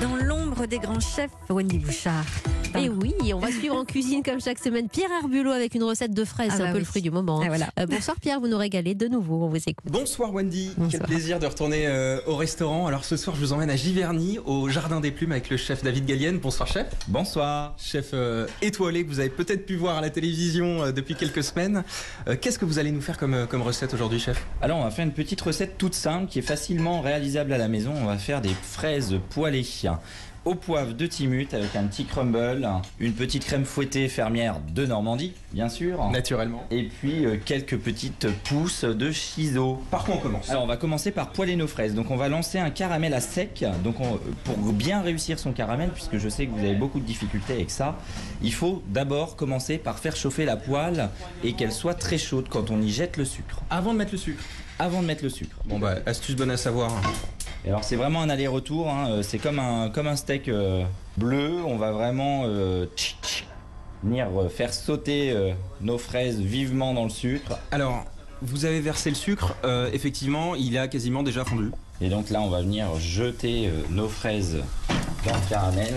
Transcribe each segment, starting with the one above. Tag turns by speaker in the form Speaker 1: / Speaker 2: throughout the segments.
Speaker 1: Dans l'ombre des grands chefs, Wendy Bouchard.
Speaker 2: Et Eh oui, on va suivre en cuisine comme chaque semaine Pierre Arbulot avec une recette de fraises,
Speaker 1: Ah
Speaker 2: c'est
Speaker 1: bah
Speaker 2: un peu
Speaker 1: oui.
Speaker 2: le fruit du moment.
Speaker 1: Ah, voilà.
Speaker 2: Euh, bonsoir Pierre, vous nous régalez de nouveau, on vous écoute.
Speaker 3: Bonsoir Wendy, quel
Speaker 2: Bonsoir.
Speaker 3: plaisir de retourner euh, au restaurant. Alors ce soir je vous emmène à Giverny, au Jardin des Plumes avec le chef David Gallienne. Bonsoir chef. Bonsoir. Chef euh, étoilé que vous avez peut-être pu voir à la télévision euh, depuis quelques semaines. Euh, Qu'est-ce que vous allez nous faire comme, euh, comme recette aujourd'hui chef
Speaker 4: Alors on va faire une petite recette toute simple qui est facilement réalisable à la maison. On va faire des fraises poêlées au poivre de Timut avec un petit crumble, une petite crème fouettée fermière de Normandie, bien sûr.
Speaker 3: Naturellement.
Speaker 4: Et puis euh, quelques petites pousses de chiso.
Speaker 3: Par quoi on commence
Speaker 4: Alors on va commencer par poêler nos fraises. Donc on va lancer un caramel à sec. Donc on- pour bien réussir son caramel, puisque je sais que vous avez beaucoup de difficultés avec ça, il faut d'abord commencer par faire chauffer la poêle et qu'elle soit très chaude quand on y jette le sucre.
Speaker 3: Avant de mettre le sucre.
Speaker 4: Avant de mettre le sucre.
Speaker 3: Bon bah astuce bonne à savoir.
Speaker 4: Et Alors c'est vraiment un aller-retour, hein, euh, c'est comme un, comme un steak euh, bleu, on va vraiment euh, tchic, tchic, venir euh, faire sauter euh, nos fraises vivement dans le sucre.
Speaker 3: Alors vous avez versé le sucre, euh, effectivement il a quasiment déjà fondu.
Speaker 4: Et donc là on va venir jeter euh, nos fraises dans le caramel.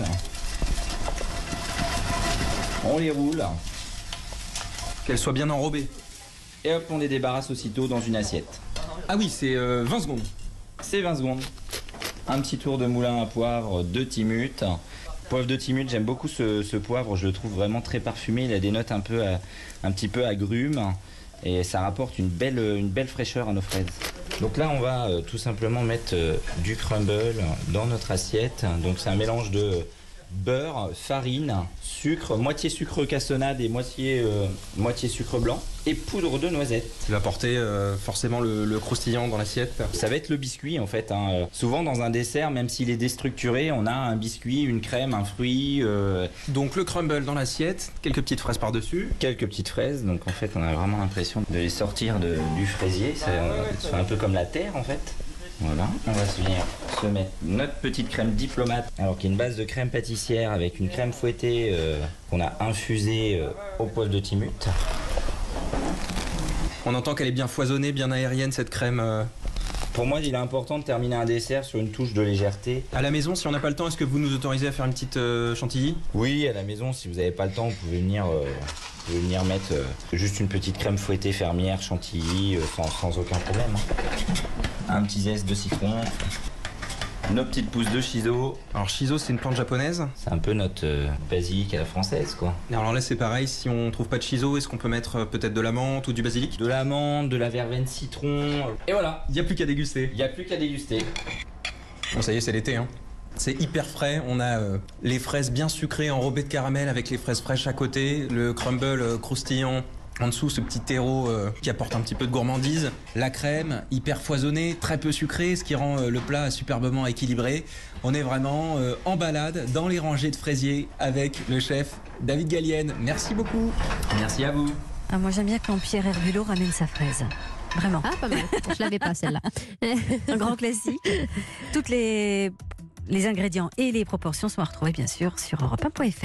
Speaker 4: On les roule
Speaker 3: Qu'elle soit bien enrobée.
Speaker 4: et hop on les débarrasse aussitôt dans une assiette.
Speaker 3: Ah oui c'est euh, 20 secondes.
Speaker 4: C'est 20 secondes. Un petit tour de moulin à poivre, de timut. Poivre de timut, j'aime beaucoup ce, ce poivre, je le trouve vraiment très parfumé, il a des notes un, peu à- un petit peu agrumes et ça rapporte une belle, une belle fraîcheur à nos fraises. Donc là, on va euh, tout simplement mettre euh, du crumble dans notre assiette. Donc c'est un mélange de beurre, farine, sucre, moitié sucre cassonade et moitié, euh, moitié sucre blanc et poudre de noisette.
Speaker 3: Tu vas porter euh, forcément le, le croustillant dans l'assiette.
Speaker 4: Ça va être le biscuit en fait. hein. Euh, Souvent dans un dessert, même s'il est déstructuré, on a un biscuit, une crème, un fruit, euh,
Speaker 3: Donc le crumble dans l'assiette, quelques petites fraises par-dessus.
Speaker 4: quelques petites fraises. Donc en fait, on a vraiment l'impression de les sortir de- du fraisier. Ça, c'est un peu comme la terre en fait. Voilà, on va se venir se mettre notre petite crème diplomate, alors qui est une base de crème pâtissière avec une crème fouettée euh, qu'on a infusée euh, au poivre de Timut.
Speaker 3: On entend qu'elle est bien foisonnée, bien aérienne cette crème. euh.
Speaker 4: Pour moi, il est important de terminer un dessert sur une touche de légèreté.
Speaker 3: À la maison, si on n'a pas le temps, est-ce que vous nous autorisez à faire une petite euh, chantilly
Speaker 4: Oui, à la maison, si vous n'avez pas le temps, vous pouvez venir, euh, vous pouvez venir mettre euh, juste une petite crème fouettée fermière, chantilly, euh, sans, sans aucun problème. hein. Un petit zeste de citron, nos petites pousses de shiso.
Speaker 3: Alors shiso, c'est une plante japonaise.
Speaker 4: C'est un peu notre euh, basilic à la française, quoi.
Speaker 3: Alors là, c'est pareil. Si on trouve pas de shiso, est-ce qu'on peut mettre euh, peut-être de la menthe ou du basilic
Speaker 4: De l'amande, de la verveine citron. Et voilà,
Speaker 3: Il y a plus qu'à déguster.
Speaker 4: il n'y a plus qu'à déguster.
Speaker 3: Bon, ça y est, c'est l'été. Hein. C'est hyper frais. On a euh, les fraises bien sucrées enrobées de caramel avec les fraises fraîches à côté, le crumble euh, croustillant. En dessous, ce petit terreau euh, qui apporte un petit peu de gourmandise. La crème, hyper foisonnée, très peu sucrée, ce qui rend euh, le plat superbement équilibré. On est vraiment euh, en balade dans les rangées de fraisiers avec le chef David Gallienne. Merci beaucoup.
Speaker 4: Merci à vous.
Speaker 1: Ah, moi, j'aime bien quand Pierre Herbulot ramène sa fraise. Vraiment.
Speaker 2: Ah pas mal, je l'avais pas celle-là.
Speaker 1: Un grand classique. Toutes les, les ingrédients et les proportions sont à retrouver, bien sûr, sur europe1.fr.